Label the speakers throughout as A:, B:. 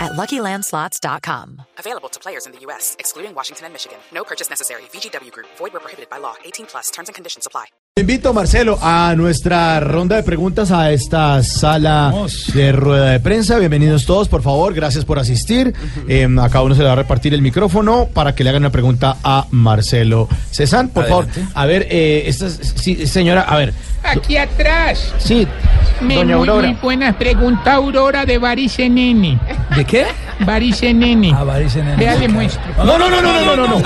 A: at luckylandslots.com.
B: Available to players in the U.S., excluding Washington and Michigan. No purchase necessary. VGW Group, void were prohibited by law. 18 plus terms and conditions apply.
C: Te invito, Marcelo, a nuestra ronda de preguntas a esta sala de rueda de prensa. Bienvenidos todos, por favor. Gracias por asistir. Eh, a cada uno se le va a repartir el micrófono para que le hagan una pregunta a Marcelo Cezán. Por favor, a ver, eh, esta es- sí, señora, a ver.
D: Aquí atrás.
C: Sí,
D: Me-
C: doña
D: muy,
C: Aurora.
D: muy buena pregunta, Aurora de Varicenene.
E: ¿De qué?
D: Varicenene.
C: Ah,
E: Avaricia en
D: Vea, le muestro.
C: No, no, no, no, no, no, no.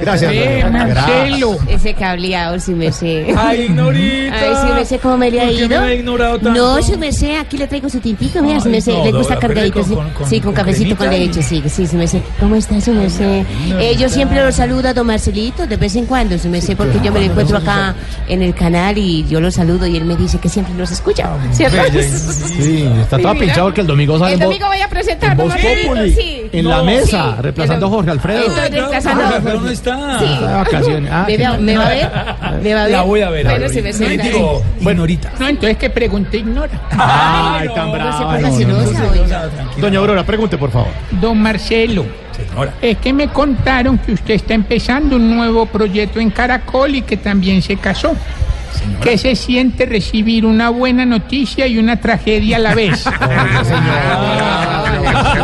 C: Gracias.
D: Ve,
C: doña Aurora.
D: Marcelo.
F: Ese cableado, si me sé.
E: Ay, Ignorita.
F: Ay, si me sé cómo me le ha
E: ¿Por qué
F: ido.
E: me ha ignorado tanto?
F: No, si me sé, aquí le traigo su tintico, vea,
E: Ay,
F: si me sé.
E: no,
F: le gusta
E: Dora,
F: cargadito,
E: pero
F: sí.
E: con- con-
F: sí, con
E: con
F: cafecito, con
E: cremita y-
F: leche, sí, sí, si me sé. ¿Cómo está, si me sé? Eh, yo siempre lo saludo a don Marcelito de vez en cuando, si me sé, porque yo me lo encuentro acá en el canal y yo lo saludo y él me dice que siempre nos escucha.
E: Ah,
F: ¿Cierto?
C: Sí, está toda pinchada porque el domingo sale
G: El
C: en Vo-
G: domingo voy a presentar
C: en
G: don
C: Voz
G: Marcelito,
C: Populi,
G: sí.
C: en la
E: No,
C: mesa,
G: sí,
C: reemplazando a Jorge Alfredo.
G: Estoy reemplazando.
E: Jorge Alfredo no está.
C: Está de vacaciones. Ah,
F: ¿Me,
C: qué
F: va,
C: tal.
F: ¿Me va a ver? ¿Me va a ver?
E: La voy a ver.
F: Bueno,
E: ahora.
F: si me
E: Sí,
F: sé.
E: digo, bueno, ahorita.
D: No, entonces que pregunte ignora.
C: Ay, tan brava.
F: ponga celosa, oiga.
C: Doña Aurora, pregunte, por favor.
D: Don Marcelo,
E: Señora.
D: es que me contaron que usted está empezando un nuevo proyecto en Caracol y que también se casó. ¿Qué se siente recibir una buena noticia y una tragedia a la vez?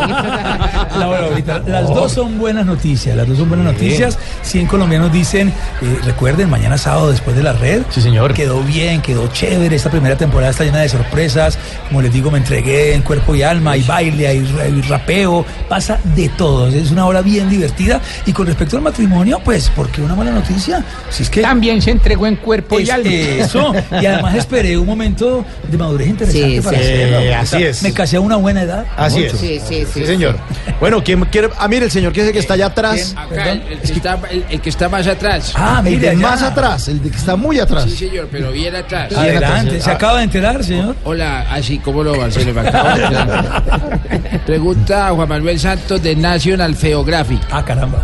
E: Laura, ahorita, las dos son buenas noticias, las dos son buenas noticias. 100 colombianos dicen, eh, recuerden, mañana sábado después de la red.
C: Sí, señor.
E: Quedó bien, quedó chévere. Esta primera temporada está llena de sorpresas. Como les digo, me entregué en cuerpo y alma, hay baile, hay, ra- hay rapeo, pasa de todo. Es una hora bien divertida. Y con respecto al matrimonio, pues, ¿por qué una mala noticia? Si es que...
D: También se entregó en cuerpo
C: Pues
D: y
C: Este,
E: Es
D: alma.
E: Eso. Y además esperé un momento de madurez interesante
F: Sí,
E: para
F: sí.
E: hacerlo.
C: Eh, así es.
E: Me casé a una buena edad.
C: Así
E: Mucho.
C: es.
F: Sí, sí, sí,
C: Sí, señor. Bueno, ¿quién quiere? Ah, mire, el señor que, es el que está allá atrás.
H: Acá, el, el que está, el, el que está más atrás.
E: Ah,
C: el
E: mire,
C: de
E: allá.
C: más atrás, el de que está muy atrás.
H: Sí, señor, pero bien atrás.
C: Ah.
E: Adelante, se
C: Ah.
E: acaba de enterar, señor.
H: Hola, así como lo Marcelo me acabo de enterar. Pregunta a Juan Manuel Santos de National Geographic.
E: Ah, caramba.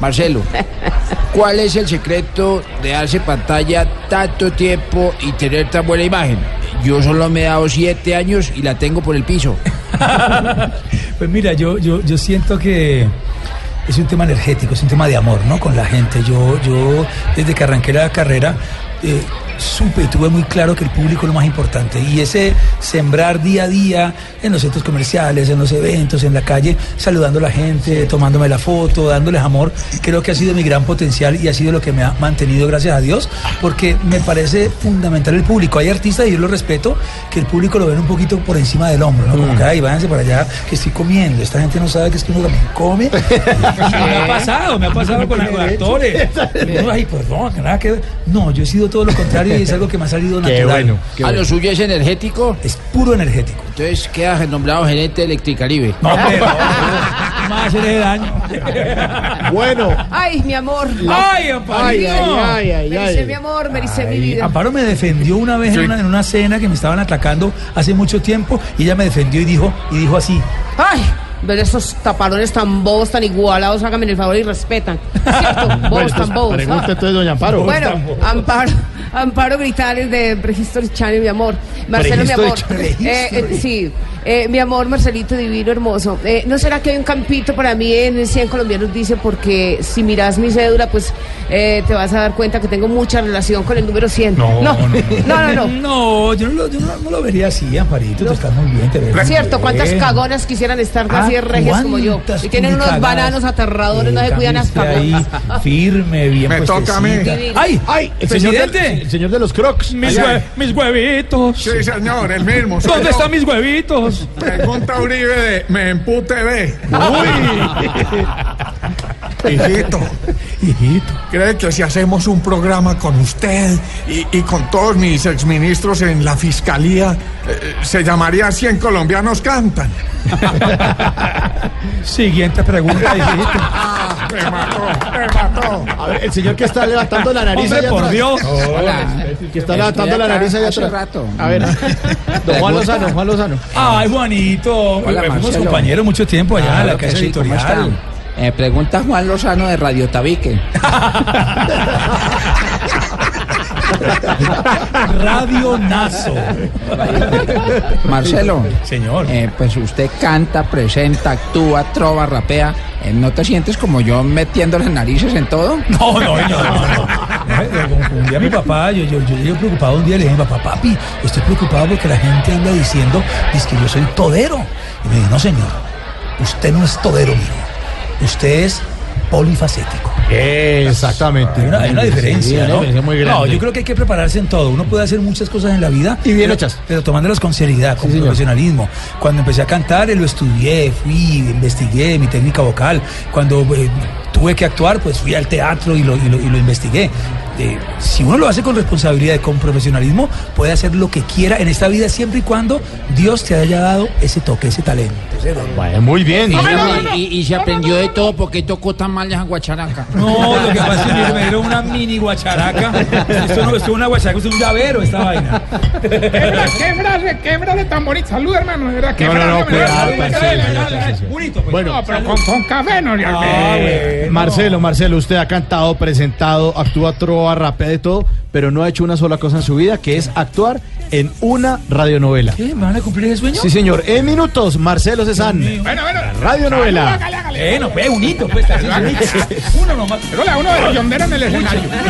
H: Marcelo, ¿cuál es el secreto de darse pantalla tanto tiempo y tener tan buena imagen? Yo solo me he dado siete años y la tengo por el piso.
E: Pues mira, yo, yo, yo siento que es un tema energético, es un tema de amor, ¿no? Con la gente. Yo, yo desde que arranqué la carrera, eh, supe y tuve muy claro que el público es lo más importante. Y ese sembrar día a día en los centros comerciales, en los eventos, en la calle, saludando a la gente, tomándome la foto, dándoles amor, creo que ha sido mi gran potencial y ha sido lo que me ha mantenido, gracias a Dios, porque me parece fundamental el público. Hay artistas, y yo lo respeto, que el público lo ven un poquito por encima del hombro, ¿no? Como que, ay, váyanse para allá, que estoy comiendo. Esta gente no sabe que es que uno también come. me ha pasado, me ha pasado con los actores. Uno, ay, perdón, que nada que ver". No, yo he sido todo lo contrario y es algo que me ha salido natural.
C: bueno.
H: ¿A Ah, lo suyo es energético?
E: Es puro energético.
H: Entonces quedas nombrado gerente de Electricaribe.
E: No, pero más le daño.
C: Bueno.
G: Ay, mi amor.
E: Ay,
C: Ay, ay, ay, ay,
G: Me dice mi
C: ay.
G: amor, me dice mi vida.
E: Amparo me defendió una vez en, una, en una cena que me estaban atacando hace mucho tiempo y ella me defendió y dijo y dijo así.
G: Ay, ver esos taparones tan bobos, tan igualados, háganme el favor y respetan. ¿Cierto?
C: Bueno,
G: Bobos tan
C: entonces,
G: bobos.
C: pregunte
G: ah.
C: entonces, doña Amparo.
G: Bueno, Amparo, Amparo Gritales de Prehistory Channel, mi amor. Marcelo, mi
E: Prehistory
G: amor.
E: Channel.
G: Eh, eh, sí, eh, mi amor, Marcelito divino, hermoso. Eh, ¿No será que hay un campito para mí en 100 colombianos? Dice, porque si miras mi cédula, pues eh, te vas a dar cuenta que tengo mucha relación con el número 100.
E: No,
G: no, no. no, no.
E: No, yo no lo, yo no- no lo vería así, Amparito, tú estás muy bien, te ves muy
G: Cierto, cuántas
E: bien.
G: cagonas quisieran estar así de
E: Eh. Ah,
G: regias como yo.
E: cuántas
G: Y tienen unos
E: publicadas.
G: bananos aterradores, no
E: En
G: se cuidan las
E: cambio, usted
G: cagonas.
E: ahí, firme, bien Me toca a mí. ¡Ay!
C: Ay, el señor, del,
E: ¡Presidente!
C: el señor de los crocs.
E: Mis,
C: Allá.
E: hue- mis huevitos.
I: Sí, señor, el mismo. Soy
E: ¿Dónde
I: yo.
E: están mis huevitos?
I: Pregunta Uribe de Me en TV.
E: ¡Uy!
I: Hijito,
E: Hijito.
I: ¿Cree que si hacemos un programa con usted y, y con todos mis exministros en la fiscalía, eh, se llamaría 100 colombianos cantan?
E: Siguiente pregunta, hijito.
I: Me mató, me mató.
C: A ver, el señor que está levantando la nariz
E: Hombre,
C: allá
E: por
C: atrás.
E: Dios.
C: Que está levantando la nariz allá
H: hace
C: atrás.
H: rato.
C: A ver. Don Juan Lozano, Juan Lozano.
E: Ay, Juanito.
H: Hola,
E: Fuimos
H: Marcelo.
E: compañeros mucho tiempo allá en Ah, la
H: Claro que
E: casa
H: sí, ¿cómo
E: editorial.
H: están? Eh, pregunta Juan Lozano de Radio Tabique.
E: Radio Nazo.
H: Marcelo,
E: Señor.
H: eh, pues usted canta, presenta, actúa, trova, rapea. Eh, ¿No te sientes como yo metiendo las narices en todo?
E: No, no, no, no. no. Eh, un- Un día mi papá, yo, yo, yo llegué preocupado un día le dije, papá, papi, estoy preocupado porque la gente anda diciendo dice que yo soy todero. Y me dijo, no señor, usted no es todero, mijo. Usted es polifacético.
C: Exactamente.
E: Hay una, hay una diferencia,
C: una
E: ¿no?
C: diferencia muy grande.
E: No, yo creo que hay que prepararse en todo. Uno puede hacer muchas cosas en la vida.
C: Y bien
E: pero-
C: hechas.
E: Pero tomándolas con seriedad, con
C: Sí, señor.
E: profesionalismo. Cuando empecé a cantar, eh, lo estudié, fui, investigué mi técnica vocal. Cuando eh, tuve que actuar, pues fui al teatro y lo, y lo- y lo investigué. Eh, si uno lo hace con responsabilidad y con profesionalismo, puede hacer lo que quiera en esta vida siempre y cuando Dios te haya dado ese toque, ese talento. ese don.
C: Bueno, muy bien.
H: Y, y- y se aprendió de todo porque tocó tan mal esa guacharaca.
E: No, lo que pasa es que me dieron una mini guacharaca. Esto no esto es una guacharaca, esto es un llavero esta vaina.
D: Quebra, quebra, quebra de tan bonito. Salud, hermano, de verdad.
C: No,
D: Quebra,
C: no, no, cuidado,
E: Bonito, pues.
C: Bueno,
D: No, pero con, con café no le
E: Ah, bueno.
C: Marcelo, Marcelo, usted ha cantado, presentado, actúa, trova, rapea de todo, pero no ha hecho una sola cosa en su vida, que es actuar en una radionovela.
E: ¿Qué? ¿Me van a cumplir el sueño?
C: Sí, señor. En minutos, Marcelo Cezanne.
D: Bueno, bueno.
C: Radionovela.
D: Hágale, hágale.
E: pues, Bueno, ve, unito, pues. así, unito. Uno nomás.
D: Pero la uno de los yonderos en el escenario.